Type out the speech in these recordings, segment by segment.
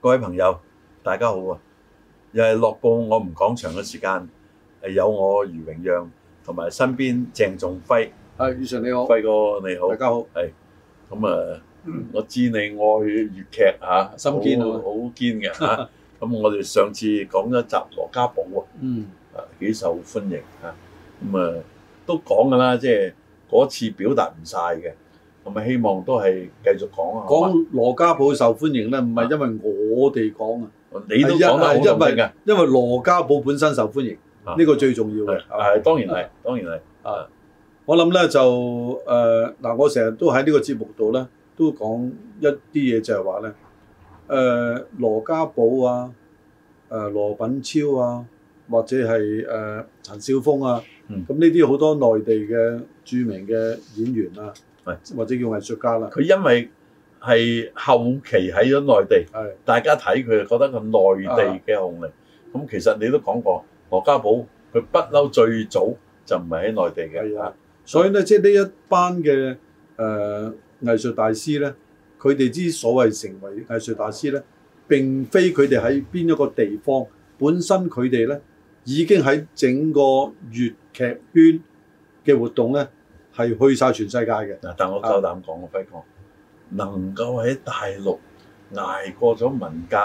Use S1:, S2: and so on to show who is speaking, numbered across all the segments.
S1: 各位朋友，大家好啊！又係樂報我們講場嘅時間，係有我余榮讓同埋身邊鄭仲輝，
S2: 係，宇啊晨你好，
S1: 輝哥你好，
S2: 大家好。
S1: 咁啊，我知你愛粵劇嚇，
S2: 心堅啊
S1: 好好堅嘅嚇。 咁我哋上次講咗集羅家寶啊，
S2: 嗯，
S1: 啊幾受歡迎嚇。咁啊都講㗎啦，即係嗰次表達唔晒嘅，咁啊希望都係繼續講啊。好嘛
S2: 講羅家寶受歡迎咧，唔係因為我哋講啊，
S1: 你都講得好
S2: 係因
S1: 動聽嘅。
S2: 因為羅家寶本身受歡迎，
S1: 啊
S2: 呢個最重要嘅。係嘛
S1: 係，當然係，當然係。
S2: 我諗咧就呃誒嗱、我成日都喺呢個節目度咧，都講一啲嘢就係話咧，誒、羅呃家寶啊，誒、羅品超啊，或者係誒、陳少峰啊，
S1: 嗯
S2: 咁呢啲好多內地嘅著名嘅演員啊，
S1: 係
S2: 或者叫藝術家啦，
S1: 佢因為係後期喺咗內地，
S2: 係
S1: 大家睇佢就覺得佢內地嘅紅利。咁、其實你都講過，羅家寶佢不嬲最早就唔係喺內地嘅。
S2: 係啊，所以咧，即係呢一班嘅誒、呃、藝術大師咧，佢哋之所謂成為藝術大師咧，並非佢哋喺邊一個地方，本身佢哋咧已經喺整個粵劇圈嘅活動咧係去晒全世界嘅。
S1: 嗱，但我夠膽講，輝哥能夠喺大陸捱過咗文革，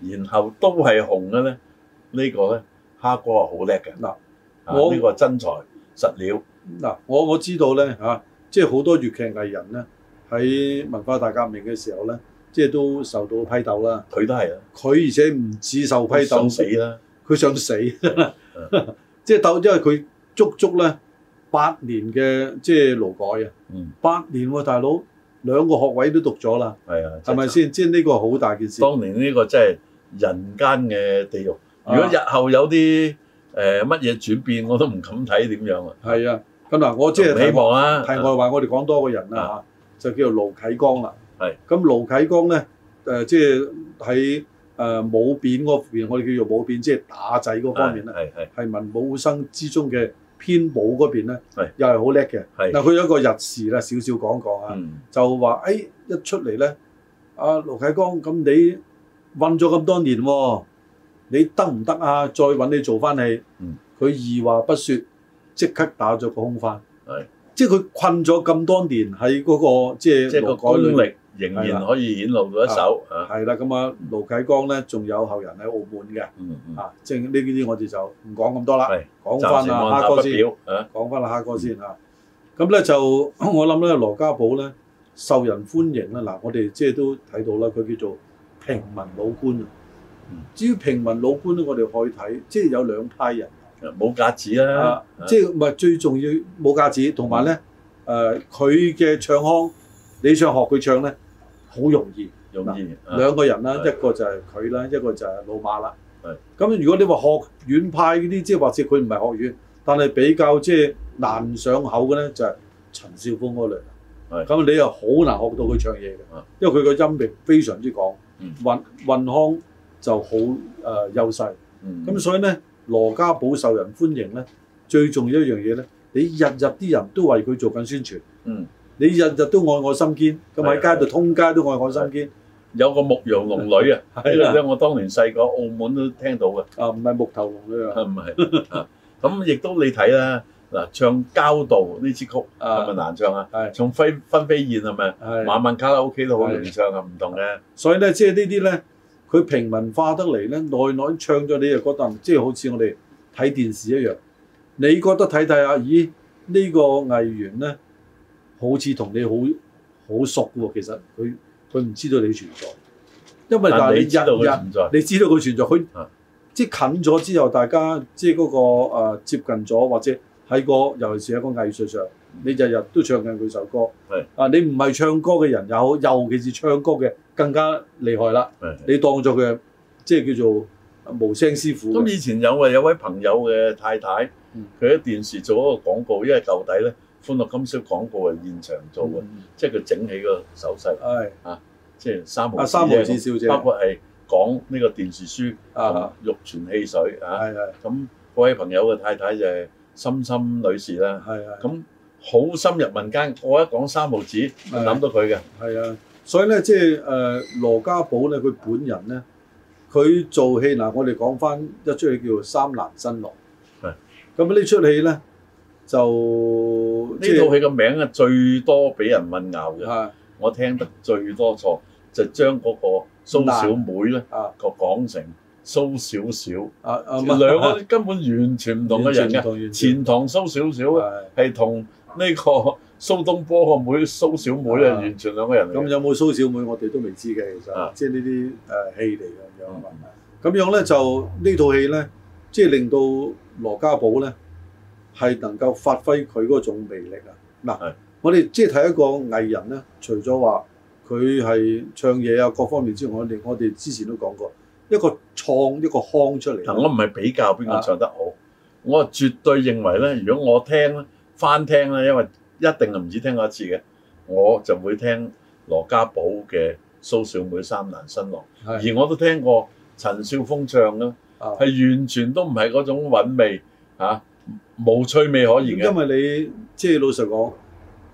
S1: 然後都係紅嘅咧，呢、個咧蝦哥係好叻嘅。
S2: 嗱
S1: 啊，
S2: 我
S1: 呢個真材實料。
S2: 嗱，我我知道咧嚇、啊即係好多粵劇藝人咧喺文化大革命嘅時候咧，即係都受到批鬥啦。
S1: 佢都係啊，
S2: 佢而且唔止受批
S1: 想
S2: 鬥，
S1: 死啦！
S2: 佢想死， 即係鬥，因為佢足足咧八年嘅即係勞改啊，
S1: 嗯，
S2: 八年喎、大佬兩個學位都讀咗啦，
S1: 係啊，
S2: 係咪先？即係呢個好大件事。
S1: 當年呢個真係人間嘅地獄。如果
S2: 啊
S1: 日後有啲誒乜嘢轉變，我都唔敢睇點樣啊。
S2: 係啊，咁嗱，我即係
S1: 唔希望啊啦。
S2: 題外話，我哋講多個人啦嚇，就叫做盧啟剛啦。
S1: 啊係
S2: 咁，盧啟剛咧誒、即係喺誒武變嗰邊，我哋叫做武變，即係打仔嗰方面啊咧，
S1: 啊係係
S2: 係文武生之中嘅編舞嗰邊
S1: 係
S2: 咧，又係好叻嘅。
S1: 係
S2: 嗱，
S1: 係
S2: 佢有一個日事啦，少少講講啊。
S1: 嗯
S2: 就話誒、哎一出嚟咧，阿、盧啟剛咁你混咗咁多年喎、你得唔得啊？再揾你做翻戲
S1: 嗯，
S2: 佢、二話不說，即刻打咗個空翻。
S1: 係，
S2: 即係佢困咗咁多年喺嗰、個即係
S1: 即係個
S2: 勞改
S1: 功
S2: 裏面
S1: 力仍然可以顯露到一手啊。
S2: 係啦，咁啊，盧啟剛咧仲有後人喺澳門嘅
S1: 嗯嗯，
S2: 啊，即係呢啲我哋就唔講咁多啦
S1: 係，
S2: 講
S1: 暫
S2: 翻
S1: 時
S2: 阿
S1: 按
S2: 蝦
S1: 下不
S2: 哥先。
S1: 表啊。
S2: 講翻阿蝦哥先嚇，咁咧就 我諗咧羅家寶咧受人歡迎啦。嗱，我哋即係都睇到啦，佢叫做平民老官啊
S1: 嗯。
S2: 至於平民老官咧，我哋可以睇，即係有兩派人
S1: 冇架子啦
S2: 啊，，即係唔係最重要冇架子，同埋咧誒佢嘅唱腔，你想學佢唱咧好容易。
S1: 容易啊
S2: 兩個人啦，
S1: 係
S2: 一個就係佢啦，一個就係老馬啦
S1: 係。
S2: 咁如果你話學院派嗰啲，即係或者佢唔係學院，但係比較即係難上口嘅咧，就係陳少峰嗰類啦。
S1: 係
S2: 咁你又好難學到佢唱嘢嘅
S1: 啊，
S2: 因為佢個音域非常之廣
S1: 嗯，
S2: 運運腔就好誒、呃、優勢。
S1: 嗯
S2: 咁所以咧，羅家寶受人歡迎咧，最重要一樣嘢咧，你日日啲人都為佢做緊宣傳，
S1: 嗯，啊
S2: 你日日都愛我心堅，咁喺街度通街都愛我心堅。
S1: 有個牧羊龍女啊，呢
S2: 係啦
S1: 個咧我當年細個澳門都聽到嘅。
S2: 啊，唔係木頭龍女啊，
S1: 唔係啊 咁亦都你睇啦，嗱唱交道呢支曲係咪
S2: 啊
S1: 難唱啊？
S2: 係
S1: 唱飛分飛燕係咪？
S2: 係，
S1: 晚晚卡拉 OK 都好容易唱啊，唔同嘅。
S2: 所以咧，即係呢啲咧，佢平民化得嚟咧，內內唱咗你就覺得，即係好似我哋睇電視一樣，你覺得睇睇下，咦呢、個藝員咧，好似同你好好熟喎，其實佢佢唔知道你存在，因為
S1: 但
S2: 但係
S1: 你
S2: 你
S1: 知道佢
S2: 日日
S1: 存在，
S2: 你知道佢存在，佢
S1: 啊
S2: 即係近咗之後，大家即係嗰、個、呃、接近咗，或者喺個尤其是喺個藝術上，你日日都唱緊佢首歌
S1: 係。
S2: 啊，你唔係唱歌嘅人又好，尤其是唱歌嘅更加厲害啦。
S1: 係
S2: 你當咗佢即係叫做啊無聲師傅
S1: 咁
S2: 嘅。
S1: 以前有啊，有位朋友嘅太太，
S2: 嗯
S1: 佢喺電視做一個廣告，因為舊底咧歡樂今宵廣告係現場做嘅，
S2: 嗯
S1: 即係佢整起個手勢，
S2: 係
S1: 即係三毫
S2: 啊，三毛
S1: 子
S2: 子
S1: 啫
S2: 小姐
S1: 包括係講呢個電視書
S2: 啊，
S1: 同玉泉汽水啊。
S2: 係係
S1: 咁嗰位朋友嘅太太就係心心女士啦。
S2: 係係
S1: 咁好深入民間，我一講三毫子，就諗到佢嘅。
S2: 係啊，所以咧，即係誒、呃、羅家寶咧，佢本人咧，佢做戲嗱，我哋講翻一出戲叫做《三難新郎》。
S1: 係。
S2: 咁呢出戲咧就
S1: 呢套戲個名啊最多俾人混淆嘅，
S2: 係啊
S1: 我聽得最多錯就將嗰個蘇小妹咧
S2: 啊
S1: 個講成蘇小小，
S2: 啊啊
S1: 兩個根本完全唔同嘅人
S2: 嘅
S1: 嘅。前堂蘇小小啊，
S2: 係
S1: 係同呢個蘇東坡個妹蘇小妹啊，
S2: 啊
S1: 完全兩個人嚟嘅。
S2: 咁有冇蘇小妹我哋都未知嘅，其實、
S1: 啊嗯
S2: 即係呢啲誒戲嚟嘅咁樣啊嘛。咁樣咧就呢套戲咧，即係令到羅家寶咧係能夠發揮佢嗰種魅力啊！嗱
S1: 係，
S2: 我哋即係睇一個藝人咧，除咗話佢係唱嘢啊各方面之外，我哋我哋之前都講過一個創一個腔出
S1: 嗱，我
S2: 嚟，
S1: 唔係比較邊
S2: 啊
S1: 個唱得好，我絕對認為咧，如果我聽咧翻聽咧，因為一定係唔止聽過一次嘅，我就會聽羅家寶嘅《蘇小妹三難新郎》，而我都聽過陳少峰唱嘅，
S2: 啊
S1: 係完全都唔係嗰種韻味嚇，啊冇、趣味可言嘅
S2: 因。為你即係老實講，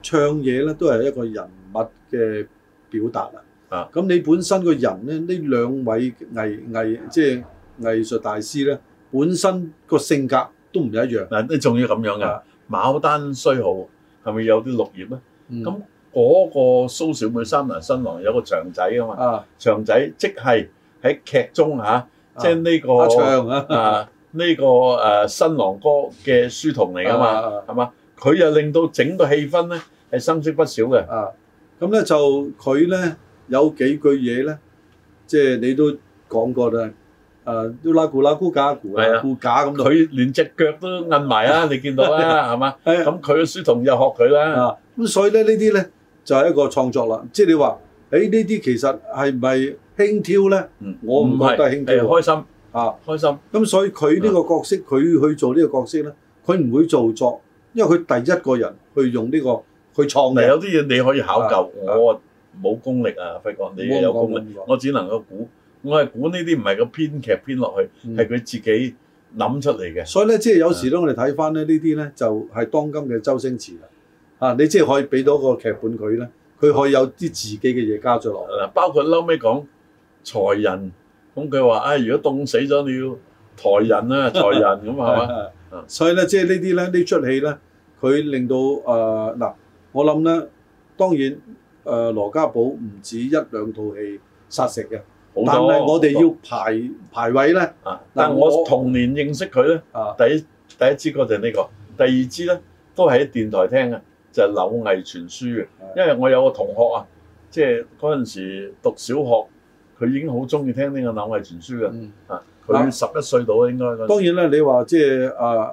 S2: 唱嘢咧都係一個人物嘅表達啊
S1: 啊。
S2: 咁你本身個人咧，呢兩位藝藝即係藝術大師咧，本身個性格都唔一樣。
S1: 嗱，你仲要咁樣嘅
S2: 啊，
S1: 牡丹雖好，係咪有啲綠葉咧？
S2: 嗯
S1: 咁嗰個蘇小妹三難新郎有個長仔啊嘛，
S2: 啊，
S1: 長仔即係喺劇中嚇。啊即係呢
S2: 阿
S1: 個
S2: 唱啊，
S1: 啊呢個誒新郎哥嘅書童嚟噶
S2: 啊
S1: 嘛，係嘛？佢又令到整個氣氛咧係生色不少 嘅。
S2: 啊，咁咧就佢咧有幾句嘢咧，即係你都講過啦。誒，都拉古拉古假古
S1: 係
S2: 啊，
S1: 啊
S2: 古假咁
S1: 佢連隻腳都摁埋啦，你見到啦，係嘛？
S2: 係啊
S1: 咁佢嘅書童又學佢啦，
S2: 啊，咁所以咧呢啲咧就係、一個創作啦。即係你話，誒呢啲其實係咪輕佻咧？
S1: 嗯
S2: 我唔覺得輕
S1: 係
S2: 佻
S1: 開心
S2: 啊。
S1: 開心，
S2: 咁所以佢呢個角色，佢去做呢個角色咧，佢唔會做作，因為佢第一個人去用呢、個去創
S1: 嗱
S2: 嘅。
S1: 有啲嘢你可以考究，
S2: 啊啊
S1: 我啊冇功力啊，輝哥，你
S2: 冇咁
S1: 有
S2: 講
S1: 功
S2: 冇咁
S1: 力
S2: 講，
S1: 我只能夠估，我係估呢啲唔係個編劇編落去，
S2: 嗯
S1: 係佢自己諗出嚟嘅。
S2: 所以咧，即係有時咧，我哋睇翻咧呢啲咧，就係、當今嘅周星馳啦。啊，你即係可以俾到個劇本佢咧，佢可以有啲自己嘅嘢加咗落去。
S1: 嗱，呃包括嬲尾講財人，咁佢話啊，如果凍死咗你要抬人啦，財人咁係 嘛？
S2: 嘛？所以咧，即係呢啲咧，呢出戲咧，佢令到誒嗱、我諗咧，當然誒、呃、羅家寶唔止一兩套戲殺食嘅，
S1: 好
S2: 但
S1: 多
S2: 係我哋
S1: 好
S2: 要排排位咧
S1: 多啊，但係我童年認識佢咧，
S2: 啊
S1: 第一第一支歌就係呢個，第二支咧都係喺電台聽嘅，就係柳毅傳書嘅，
S2: 啊
S1: 因為我有個同學啊，即係嗰陣時讀小學，佢已經好中意聽呢個柳毅傳書嘅，
S2: 嗯
S1: 啊，
S2: 啊
S1: 佢十一歲到啊應該嗰陣時
S2: 當然咧，你話即係啊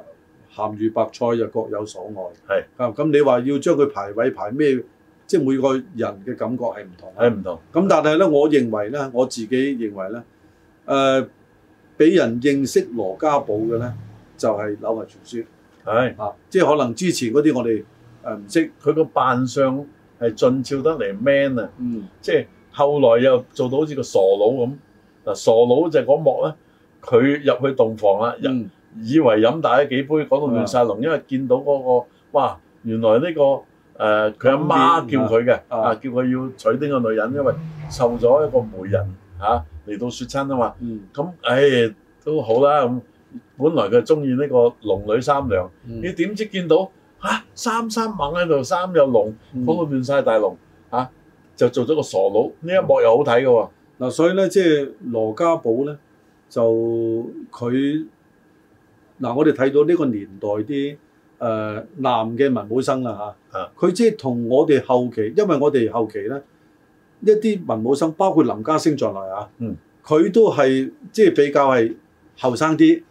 S2: 鹹魚白菜就各有所愛，
S1: 係
S2: 啊咁你話要將佢排位排咩？即係每個人嘅感覺係唔同啊
S1: 係唔同，
S2: 咁但係咧，我認為咧，我自己認為咧，誒、俾人認識羅家寶嘅咧，就係、柳毅傳
S1: 係
S2: 書啊，即係可能之前嗰啲我哋誒唔識，
S1: 佢個扮相係俊俏得嚟 man 啊！
S2: 嗯，
S1: 即係後來又做到好似個傻佬咁。嗱，傻佬就係嗰幕咧，佢入去洞房啦，
S2: 嗯
S1: 以為飲大咗幾杯，講到亂晒龍，因為見到嗰、個哇，原來呢、個誒佢阿媽叫佢嘅，
S2: 啊
S1: 啊叫佢要娶呢個女人，因為受咗一個媒人嚇嚟、到雪親啊嘛。
S2: 嗯
S1: 咁唉、都好啦咁，本來佢中意呢個龍女三娘，
S2: 嗯
S1: 你點知見到嚇、啊三三猛喺度，三又龍。
S2: 嗯
S1: 講到亂晒大龍嚇、啊就做咗個傻佬。呢一幕又好睇嘅喎，
S2: 嗱、所以咧，即係羅家寶咧，就佢嗱、我哋睇到呢個年代啲誒、呃男嘅文武生啦嚇
S1: 啊，
S2: 佢即係同我哋後期，因為我哋後期咧一啲文武生，包括林家聲在內啊，
S1: 嗯，
S2: 佢都係即係比較係後生啲、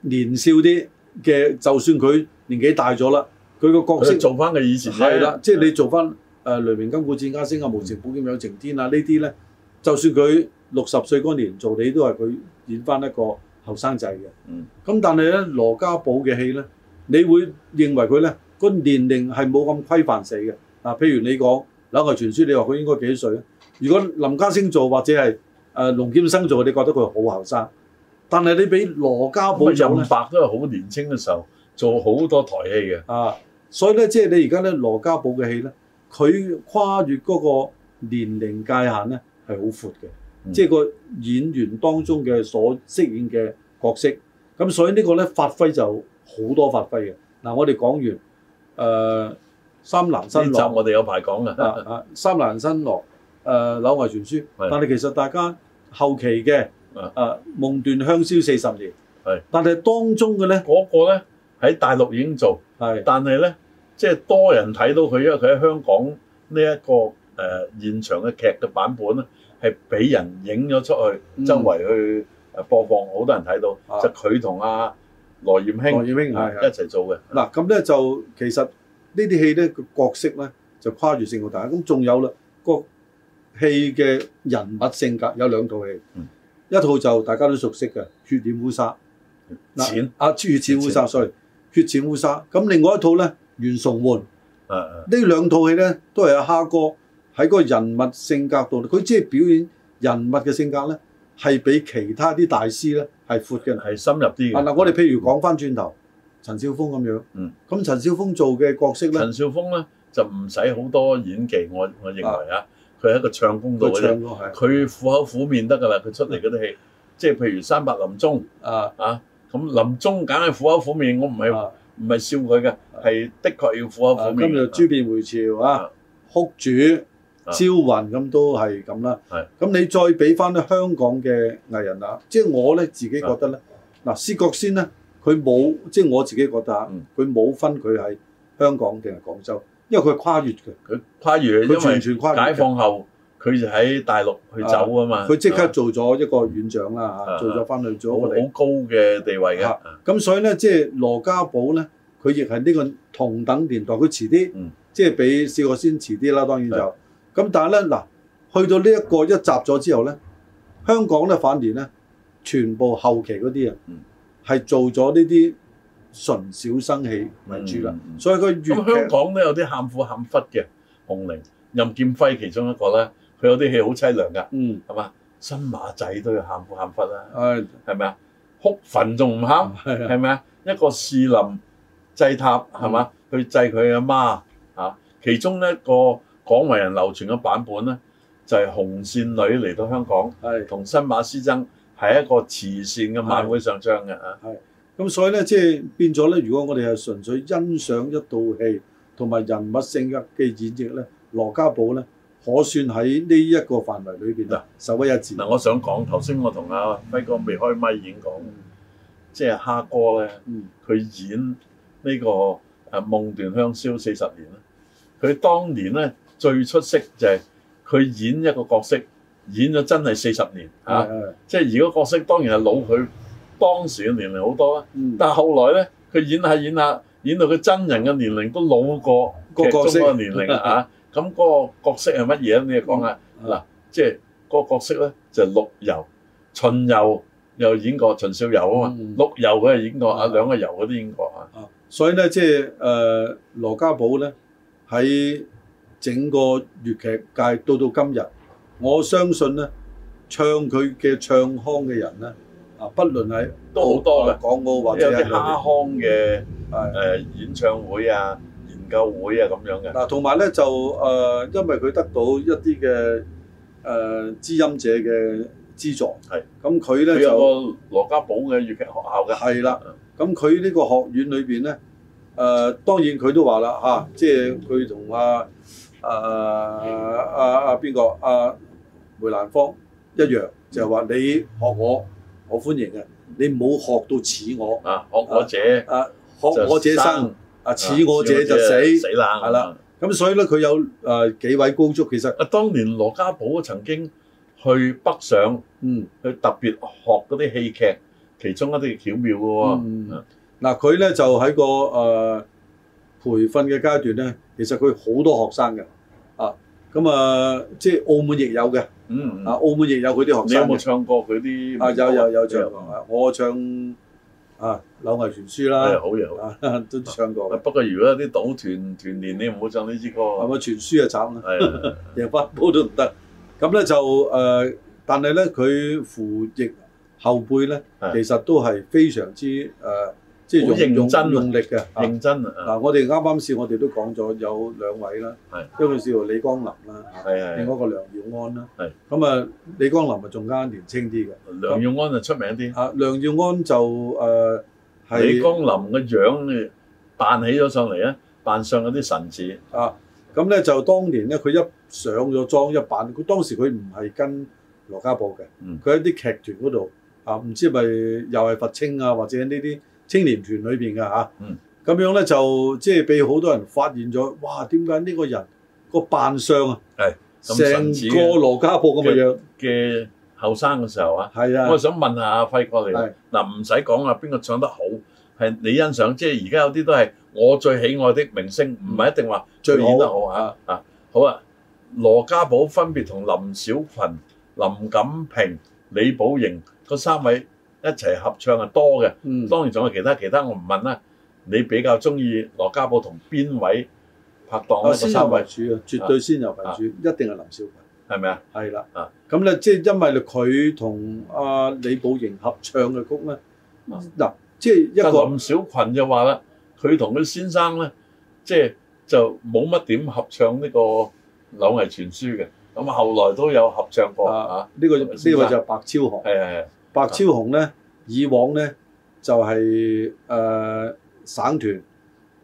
S2: 年少啲嘅，就算佢年紀大咗啦，佢個角色
S1: 佢做翻佢以前
S2: 係啦，即係
S1: 你
S2: 你做翻誒雷鳴金鼓戰家星啊、無情寶劍有情天啊呢啲咧，就算佢六十歲嗰年做，你都係佢演翻一個後生仔嘅。
S1: 嗯。
S2: 咁但係咧，羅家寶嘅戲咧，你會認為佢咧個年齡係冇咁規範死嘅。嗱、譬如你講《柳毅傳書》，你話佢應該幾歲咧？如果林家聲做或者係誒、呃、龍劍生做，你覺得佢好後生。但係你俾羅家寶
S1: 咁
S2: 做
S1: 啊
S2: 咧
S1: 任？白都係好年青嘅時候做好多台戲嘅，
S2: 啊，所以咧，即係你而家咧羅家寶嘅戲咧，佢跨越嗰個年齡界限咧係好闊嘅，
S1: 嗯
S2: 即係個演員當中嘅所飾演嘅角色。咁所以呢個咧發揮就好多發揮嘅。嗱、我哋講完誒、呃三男新
S1: 呢集
S2: 郎。
S1: 我哋有排講
S2: 啊
S1: 嘅，
S2: 啊，三蘭新郎，誒、呃、柳毅傳書，
S1: 係
S2: 但係其實大家後期嘅誒、
S1: 啊
S2: 呃、夢斷香消四十年，
S1: 係，
S2: 但係當中嘅咧
S1: 嗰個咧喺大陸已經做，
S2: 係
S1: 但係咧即係多人睇到佢，因為佢喺香港呢、一個誒、呃、現場嘅劇嘅版本咧，係俾人影咗出去，
S2: 嗯
S1: 周圍去誒播放，好多人睇到，
S2: 啊
S1: 就佢同阿羅艷
S2: 羅
S1: 卿
S2: 艷英
S1: 啊
S2: 係
S1: 一
S2: 係
S1: 齊做嘅，
S2: 嗱咁咧就其實呢啲戲咧個角色咧就跨越性好大，咁仲有啦個戲嘅人物性格有兩套戲，
S1: 嗯
S2: 一套就大家都熟悉嘅《血染烏紗》，嗱
S1: 錢
S2: 啊《血染烏紗》sorry，《血染烏紗》，咁另外一套咧《袁崇煥》。
S1: 啊啊
S2: 呢兩套戲咧都係阿蝦哥喺個人物性格度，佢即係表演人物嘅性格咧，係比其他啲大師咧係闊嘅。
S1: 係深入啲嘅。
S2: 啊嗱，我哋譬如講翻轉頭，陳少峰咁樣，咁、
S1: 嗯
S2: 陳少峰做嘅角色咧，
S1: 陳少峰咧就唔使好多演技，我我認為啊，佢係一個唱功度
S2: 佢
S1: 嘅
S2: 唱
S1: 啫，
S2: 過係
S1: 佢苦口苦面得㗎啦，佢出嚟嗰啲戲，即係譬如《三百林鐘
S2: 啊
S1: 啊，咁林鐘梗係苦口苦面，我唔係
S2: 啊
S1: 唔係笑佢嘅，係的確要苦口
S2: 啊
S1: 苦
S2: 今
S1: 面
S2: 日
S1: 嘅。
S2: 朱變回潮啊
S1: 啊，
S2: 哭主、
S1: 啊
S2: 招雲咁都係咁啦。
S1: 係
S2: 咁你再俾翻咧香港嘅藝人啦，即係我咧自己覺得咧，嗱薛覺先咧，佢冇即係我自己覺得啊
S1: 啊嗯，
S2: 佢冇分佢係香港定係廣州，因為佢係跨越嘅，
S1: 佢跨越，因
S2: 佢完
S1: 為
S2: 全跨越
S1: 解
S2: 嘅。
S1: 放後佢就喺大陸去走啊嘛，
S2: 佢即刻
S1: 啊
S2: 做咗一個院長啦嚇，
S1: 啊
S2: 做咗翻去做
S1: 好
S2: 一個領
S1: 好高嘅地位嘅。
S2: 啊咁所以咧，即係羅家寶咧，佢亦係呢個同等年代，佢遲啲，
S1: 嗯
S2: 即係比少國先遲啲啦，當然就咁。但係咧，嗱，去到呢、一個一集咗之後咧，香港咧反而咧，全部後期嗰啲啊
S1: 嗯，
S2: 係做咗呢啲純小生戲為主啦。
S1: 嗯嗯嗯
S2: 所以佢粵劇
S1: 咁香港都有啲喊苦喊忽嘅，紅伶、任劍輝其中一個咧，佢有啲戲好凄涼㗎。
S2: 嗯
S1: 係嘛？新馬仔都要喊苦喊忽啦，
S2: 係
S1: 係咪啊？哭墳仲唔喊，
S2: 係啊
S1: 係咪啊？一個士林祭塔係嘛？去祭佢阿媽啊！其中一個廣為人流傳嘅版本咧，就係、紅線女嚟到香港
S2: 係
S1: 同新馬師曾喺一個慈善嘅晚會上唱嘅啊！
S2: 咁，所以咧即係變咗咧。如果我哋係純粹欣賞一套戲同埋人物性格嘅演繹咧，羅家寶咧可算喺呢一個範圍裏邊
S1: 嗱
S2: 啊，首屈一指。
S1: 嗱，我想講頭先我同阿輝哥未開咪已經講，即係蝦哥咧。
S2: 嗯，
S1: 佢演呢、個誒、呃、夢斷香消四十年啦。佢當年咧最出色就係佢演一個角色，演咗真係四十年嚇、
S2: 係
S1: 啊
S2: 係，
S1: 即係而個角色當然係老佢當時嘅年齡好多啦，
S2: 嗯，
S1: 但係後來咧佢演下演下，演到佢真人嘅年齡都老過
S2: 個
S1: 劇中
S2: 角色
S1: 嗰個年齡 啦嚇。咁、嗰個角色係乜嘢咧？你講下
S2: 嗯
S1: 嗱，即係嗰個角色咧就係陸游、秦游又演過秦少游啊嘛
S2: 嗯，
S1: 陸游佢係演過啊，
S2: 嗯
S1: 兩個游嗰啲演過啊。
S2: 啊，所以咧，即係誒羅家寶咧喺整個粵劇界到到今日，我相信咧唱佢嘅唱腔嘅人咧啊，不論係
S1: 都好多嘅
S2: 港澳或
S1: 有
S2: 者
S1: 啲蝦
S2: 係
S1: 康嘅
S2: 係
S1: 誒演唱會啊、研究會啊咁樣嘅，
S2: 嗱，同埋咧就誒、呃因為佢得到一啲嘅誒知音者嘅資助，
S1: 係
S2: 咁佢
S1: 佢
S2: 咧
S1: 有
S2: 就
S1: 個羅家寶嘅粵劇學校嘅，
S2: 係啦。咁佢呢個學院裏邊咧，誒、當然佢都話啦嚇，即係佢同阿啊啊啊邊個啊梅蘭芳一樣，就係話你學我，我歡迎嘅，你唔好學到似我，
S1: 啊，學我者
S2: 啊學我者生，啊似我者就
S1: 啊
S2: 死
S1: 死。啦，
S2: 係啦。咁所以咧，佢有誒、呃幾位高足，其實
S1: 啊，當年羅家寶曾經去北上
S2: 嗯。
S1: 去特別學嗰啲戲劇，其中一啲巧妙嘅
S2: 嗯
S1: 喎啊，
S2: 嗱，佢咧就喺個誒、呃培訓嘅階段咧，其實佢好多學生嘅，啊，咁啊，即係澳門亦有嘅，
S1: 嗯，嗯
S2: 啊，澳門亦有佢啲學
S1: 你有
S2: 生
S1: 冇
S2: 嘅，
S1: 唱過佢啲？
S2: 啊，有有有唱過，啊我唱啊《柳毅傳書》
S1: 係
S2: 啦，
S1: 好嘢好
S2: 啊 都唱過
S1: 嘢。
S2: 嘅，
S1: 不過如果有啲賭團團練，你唔好唱呢支歌。
S2: 係咪傳書啊慘啦，
S1: 係啊
S2: 贏翻波都唔得，咁咧就誒、呃但係咧佢扶翼後輩咧，
S1: 係
S2: 其實都係非常之誒、呃即係用
S1: 好認
S2: 用
S1: 真啊
S2: 用力嘅。啊
S1: 認真啊，
S2: 嗱，我哋啱啱試，我哋都講咗有兩位啦，
S1: 係
S2: 一個叫李光林啦，啊
S1: 係係
S2: 另外一個梁耀安啦
S1: 係。
S2: 咁啊，李光林啊仲加年青啲嘅。
S1: 梁耀安就出名啲，
S2: 啊，梁耀安就誒
S1: 李
S2: 係
S1: 光林嘅樣扮起咗上嚟咧，扮上嗰啲神似，
S2: 啊，咁咧就當年咧佢一上咗妝一扮，佢當時佢唔係跟羅家寶嘅
S1: 嗯，
S2: 佢喺啲劇團嗰度啊，唔知係咪又係佛青啊，或者呢啲青年團裏邊嘅嚇
S1: 嗯，
S2: 咁樣咧就即係被好多人發現咗，哇！點解呢個人個扮相啊，
S1: 係咁
S2: 成
S1: 神似嘅
S2: 個羅家寶咁嘅樣，
S1: 嘅後生嘅時候啊，
S2: 係
S1: 我
S2: 啊，
S1: 想問下輝哥你
S2: 係
S1: 嗱，唔使講啦，邊個唱得好係你欣賞，即係而家有啲都係我最喜愛的明星，唔係一定話
S2: 最
S1: 佢演得
S2: 好
S1: 好啊啊好啊！羅家寶分別同林小群、林錦平、李寶瑩嗰三位一齊合唱係多嘅，
S2: 嗯。
S1: 當然仲有其他，其他我唔問啦。你比較中意羅家寶同邊位拍檔
S2: 啊，
S1: 呢？
S2: 先
S1: 嗰
S2: 入
S1: 三
S2: 為
S1: 位啊
S2: 主啊，絕對先入為主，一定係林少雲。
S1: 係咪啊？
S2: 係啦
S1: 啊，
S2: 咁咧即係因為佢同阿李寶瑩合唱嘅曲咧，
S1: 啊
S2: 嗱，即係一
S1: 一
S2: 個
S1: 林小群就話啦，佢同佢先生咧，即係就冇乜點合唱呢個《柳毅傳書》嘅。咁後來都有合唱過啊
S2: 啊，呢個呢
S1: 林
S2: 個
S1: 先生
S2: 就係白超雄。
S1: 係係
S2: 白超雄咧，以往咧就係誒省團，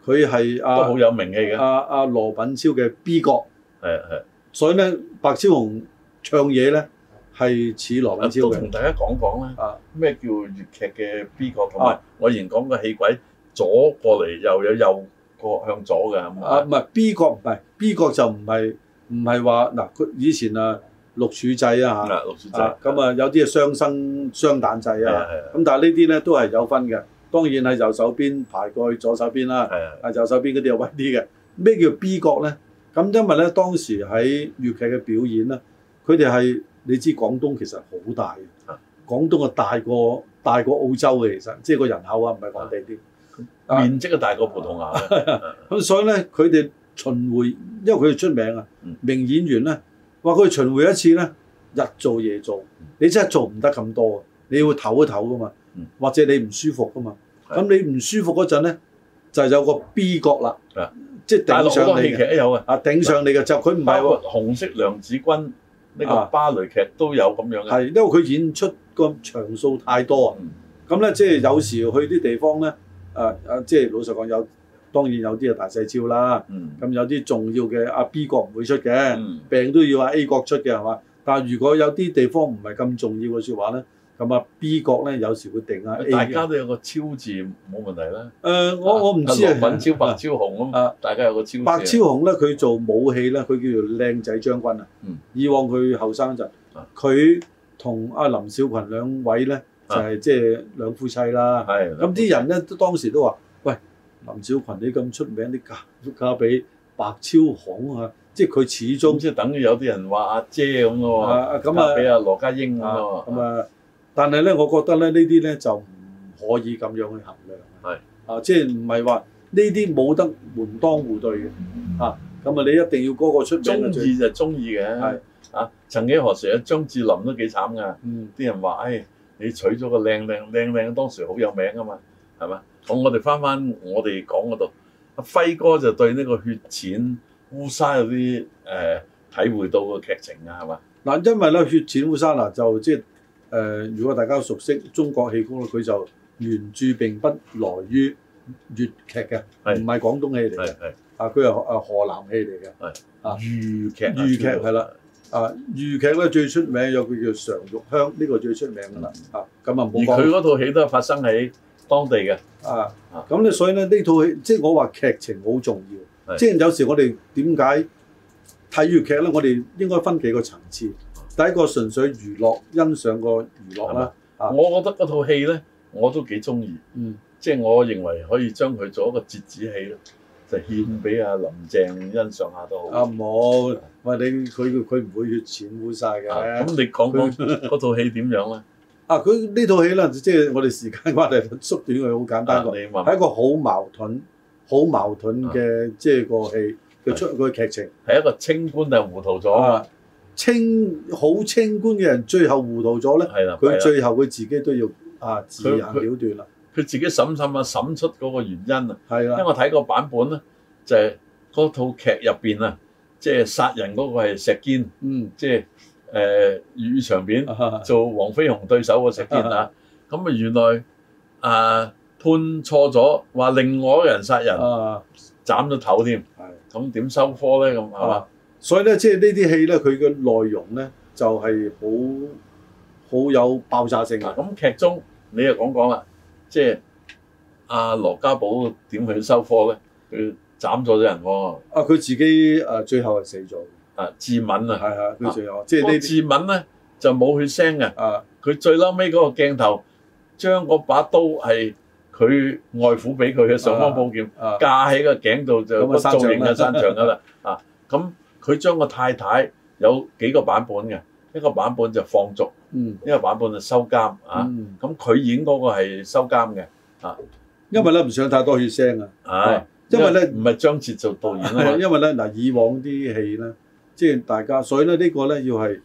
S2: 佢係
S1: 都好
S2: 阿
S1: 有名氣嘅，
S2: 阿阿羅品超嘅 B 角，
S1: 係係。
S2: 所以咧白超雄唱嘢咧係似羅品超
S1: 啊都
S2: 嘅
S1: 同大家講講啦，
S2: 啊，
S1: 咩叫粵劇嘅 B 角同埋我以前講個戲軌左過嚟又有右過向左嘅咁
S2: 啊，
S1: 啊
S2: 唔係 B 角唔係 B 角就唔係唔係話嗱，佢以前啊六柱制啊嚇，
S1: 啊，陸小姐
S2: 啊咁啊有啲係雙生雙蛋制
S1: 係
S2: 啊，
S1: 係
S2: 咁但係呢啲咧都係有分嘅，當然係右手邊排過去左手邊啦，
S1: 係啊
S2: 啊右手邊嗰啲又威啲嘅。咩叫 B 角咧？咁因為咧當時喺粵劇嘅表演咧，佢哋係你知廣東其實好大嘅
S1: 啊，
S2: 廣東啊大過大過澳洲嘅其實，即係個人口啊唔係講地啲。啊
S1: 面積都大過葡萄牙 嘅，
S2: 咁所以咧，佢哋巡迴，因為佢哋出名啊
S1: 嗯，
S2: 名演員咧，話佢哋巡迴一次咧，日做夜做，你真係做唔得咁多啊，你要唞一唞噶嘛
S1: 嗯，
S2: 或者你唔舒服噶嘛，
S1: 係
S2: 咁你唔舒服嗰陣咧，就有個 B 角啦
S1: 啊係，
S2: 即係
S1: 大
S2: 頂
S1: 陸好
S2: 上
S1: 多
S2: 你
S1: 戲劇
S2: 嘅，
S1: 都有嘅。
S2: 啊頂上你嘅就佢唔係
S1: 包
S2: 喎，
S1: 括紅色娘子軍呢個
S2: 啊
S1: 芭蕾劇都有咁樣嘅。
S2: 係因為佢演出個場數太多啊。
S1: 嗯
S2: 咁咧，即係有時去啲地方咧，誒、誒，即係老實講有，當然有啲係大細超啦，
S1: 嗯
S2: 咁有啲重要嘅阿 B 角唔會出嘅。
S1: 嗯
S2: 病都要阿 A 國出嘅係嘛？但係如果有啲地方唔係咁重要嘅説話咧，咁啊 B 國咧有時會定啊 A
S1: 嗯大
S2: 嘅。誒、
S1: 家都有個超字冇問題啦。
S2: 我我唔知啊。
S1: 啊羅品超、白超雄
S2: 啊
S1: 咁，大家有個超字。
S2: 白超雄咧，佢做武戲咧，佢叫做靚仔將軍啊。
S1: 嗯
S2: 以往佢後生陣
S1: 啊，
S2: 佢同阿林小群兩位咧
S1: 啊
S2: 就係即係兩夫妻啦。
S1: 係
S2: 咁啲人咧都當時都話：喂，林小群你咁出名，你嫁嫁俾白超雄啊！即係佢始
S1: 總
S2: 終
S1: 之等於有啲人話阿姐咁咯
S2: 啊
S1: 喎，
S2: 咁啊
S1: 俾阿羅家英咁
S2: 啊，
S1: 咯喎。
S2: 咁啊，但係咧，我覺得咧，呢啲咧就唔可以咁樣去衡量。
S1: 係
S2: 啊，即係唔係話呢啲冇得門當戶對嘅啊？咁啊，你一定要嗰個出
S1: 嗯
S2: 名
S1: 中
S2: 嘅最
S1: 意就中意
S2: 啊係
S1: 嘅。啊，曾幾何時啊，張智霖都幾慘㗎。
S2: 嗯
S1: 啲人話：，唉、你娶咗個靚靚靚靚，當時好有名啊嘛，係嘛？咁我哋翻翻我哋講嗰度，阿輝哥就對呢個血錢烏沙有啲誒、呃、體會到個劇情啊，係嘛？
S2: 嗱，因為咧血戰烏沙拿就即係誒、呃如果大家熟悉中國戲曲咧，佢就原著並不來於粵劇嘅，
S1: 係
S2: 唔係廣東戲嚟
S1: 係
S2: 嘅，
S1: 係
S2: 啊，佢係河啊河南戲嚟嘅。啊
S1: 豫劇啊
S2: 豫劇
S1: 叫做
S2: 係啦啊，粵劇咧最出名有句叫常玉香，呢、個最出名㗎啦。
S1: 嗯
S2: 啊，咁啊
S1: 而
S2: 冇講
S1: 佢。嗰套戲都係發生喺當地嘅，
S2: 啊
S1: 啊，
S2: 咁咧所以咧呢套戲，即係我話劇情好重要，
S1: 係
S2: 即係有時我哋點解睇粵劇咧？我哋應該分幾個層次。第一個純粹娛樂，欣賞個娛樂啦。啊
S1: 我覺得嗰套戲咧我都幾中意，
S2: 嗯，
S1: 即係我認為可以將佢做一個折子戲咧，就獻俾阿林鄭欣賞下都好。
S2: 啊冇，喂你佢佢唔會血錢污晒嘅。
S1: 啊咁你講講嗰套戲點樣咧？
S2: 啊，佢呢套戲咧，即係我哋時間關係縮短佢，好簡單
S1: 啊
S2: 講，
S1: 你慢慢
S2: 係一個好矛盾、好矛盾
S1: 啊
S2: 嘅即係個戲嘅出個劇情。
S1: 係一個清官定係糊塗咗啊
S2: 啊，清好清官嘅人最後糊塗咗咧。
S1: 係啦，
S2: 佢
S1: 係啦
S2: 啊最後佢自己都要啊自行了斷啦。
S1: 佢自己審審啊，審出嗰個原因啊。
S2: 係
S1: 因為
S2: 啦，
S1: 我睇個版本咧，就係、嗰套劇入邊啊，即係殺人嗰個係石堅，
S2: 嗯，啊
S1: 即係誒粵語長片做黃飛鴻對手個石堅啊。咁啊，原來啊判錯咗，話另外一個人殺人，
S2: 啊，
S1: 斬咗頭添。
S2: 係。
S1: 咁點收科咧？咁係嘛
S2: 啊？所以咧，即係呢啲戲咧，佢嘅內容咧就係好好有爆炸性啊
S1: 嗱，
S2: 嘅。
S1: 啊咁劇中你又講講啦，即係阿羅家寶點去收科咧？佢斬咗啲人喎，
S2: 啊，佢自己誒、呃最後係死咗嘅，
S1: 啊志敏
S2: 係
S1: 啊，
S2: 係佢最後即係
S1: 嗰
S2: 呢
S1: 個
S2: 啲
S1: 志敏咧就冇血腥嘅，
S2: 啊
S1: 佢最嬲尾嗰個鏡頭將嗰把刀係佢外父俾佢嘅上方寶劍
S2: 啊
S1: 架喺個頸度就
S2: 咁啊
S1: 不造型嘅
S2: 山
S1: 山
S2: 象啦
S1: 長㗎啦，啊咁佢將個太太有幾個版本嘅，一個版本就放逐，
S2: 嗯
S1: 一個版本就收監啊，
S2: 嗯，
S1: 咁佢演嗰個係收監嘅。
S2: 因為咧唔想太多血腥啊，
S1: 係，
S2: 因為咧
S1: 哦唔係張哲做導演啊嘛，
S2: 因為咧嗱以往啲戲咧，即係大家所以咧呢個咧要係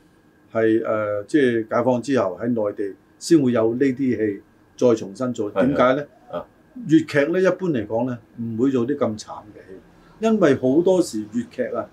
S2: 係誒即係解放之後喺內地先會有呢啲戲再重新做，
S1: 係
S2: 點解咧
S1: 啊？
S2: 粵劇咧一般嚟講咧唔會做啲咁慘嘅戲，因為好多時粵劇啊，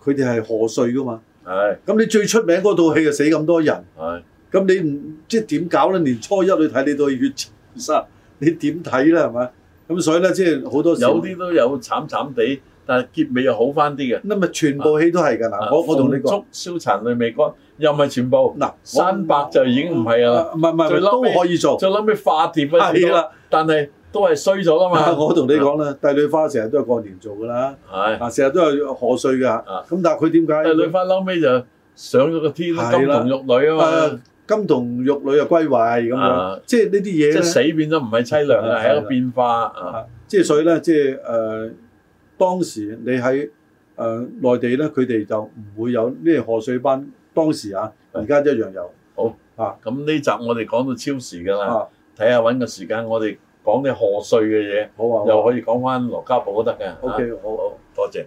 S2: 佢哋係賀歲噶嘛。
S1: 係
S2: 咁你最出名嗰套戲就死咁多人，
S1: 係
S2: 咁你唔即係點搞咧？年初一去睇你到血殺，你點睇咧？係咪？咁所以咧，即係好多時
S1: 有啲都有慘慘地，但係結尾又好翻啲嘅。
S2: 咁咪全部戲都係㗎
S1: 啊
S2: 嗱，啊我我同你講，哦
S1: 鳳竹燒殘淚未乾，又唔係全部，
S2: 嗱，
S1: 山伯就已經唔係㗎啦，
S2: 啊，唔係唔係
S1: 最嬲尾
S2: 都可以做，
S1: 最後尾化蝶啊，
S2: 係啦。啊
S1: 但係都係衰咗啦嘛。
S2: 我同你講啦，帝女花成日都係過年做㗎啦，
S1: 係
S2: 啊，成日都係賀歲㗎，
S1: 啊
S2: 咁但係佢點解
S1: 帝女花嬲尾就上咗個天金
S2: 係啦
S1: 童玉女啊嘛
S2: 啊，金童玉女又歸位咁樣
S1: 啊？
S2: 即係呢啲嘢
S1: 即
S2: 咧
S1: 係。死變咗唔係凄涼啦，
S2: 係啦
S1: 係一個變化啊。
S2: 啊，即係所以咧，即係誒、呃、當時你喺誒、呃、內地咧，佢哋就唔會有呢啲河水班。當時啊，而家一樣有
S1: 咁呢集我哋講到超時㗎啦，
S2: 啊，
S1: 睇下揾個時間我哋講啲賀歲嘅嘢。
S2: 好啊，
S1: 又可以講翻羅家寶都得嘅。
S2: OK，好。啊
S1: 好，多謝。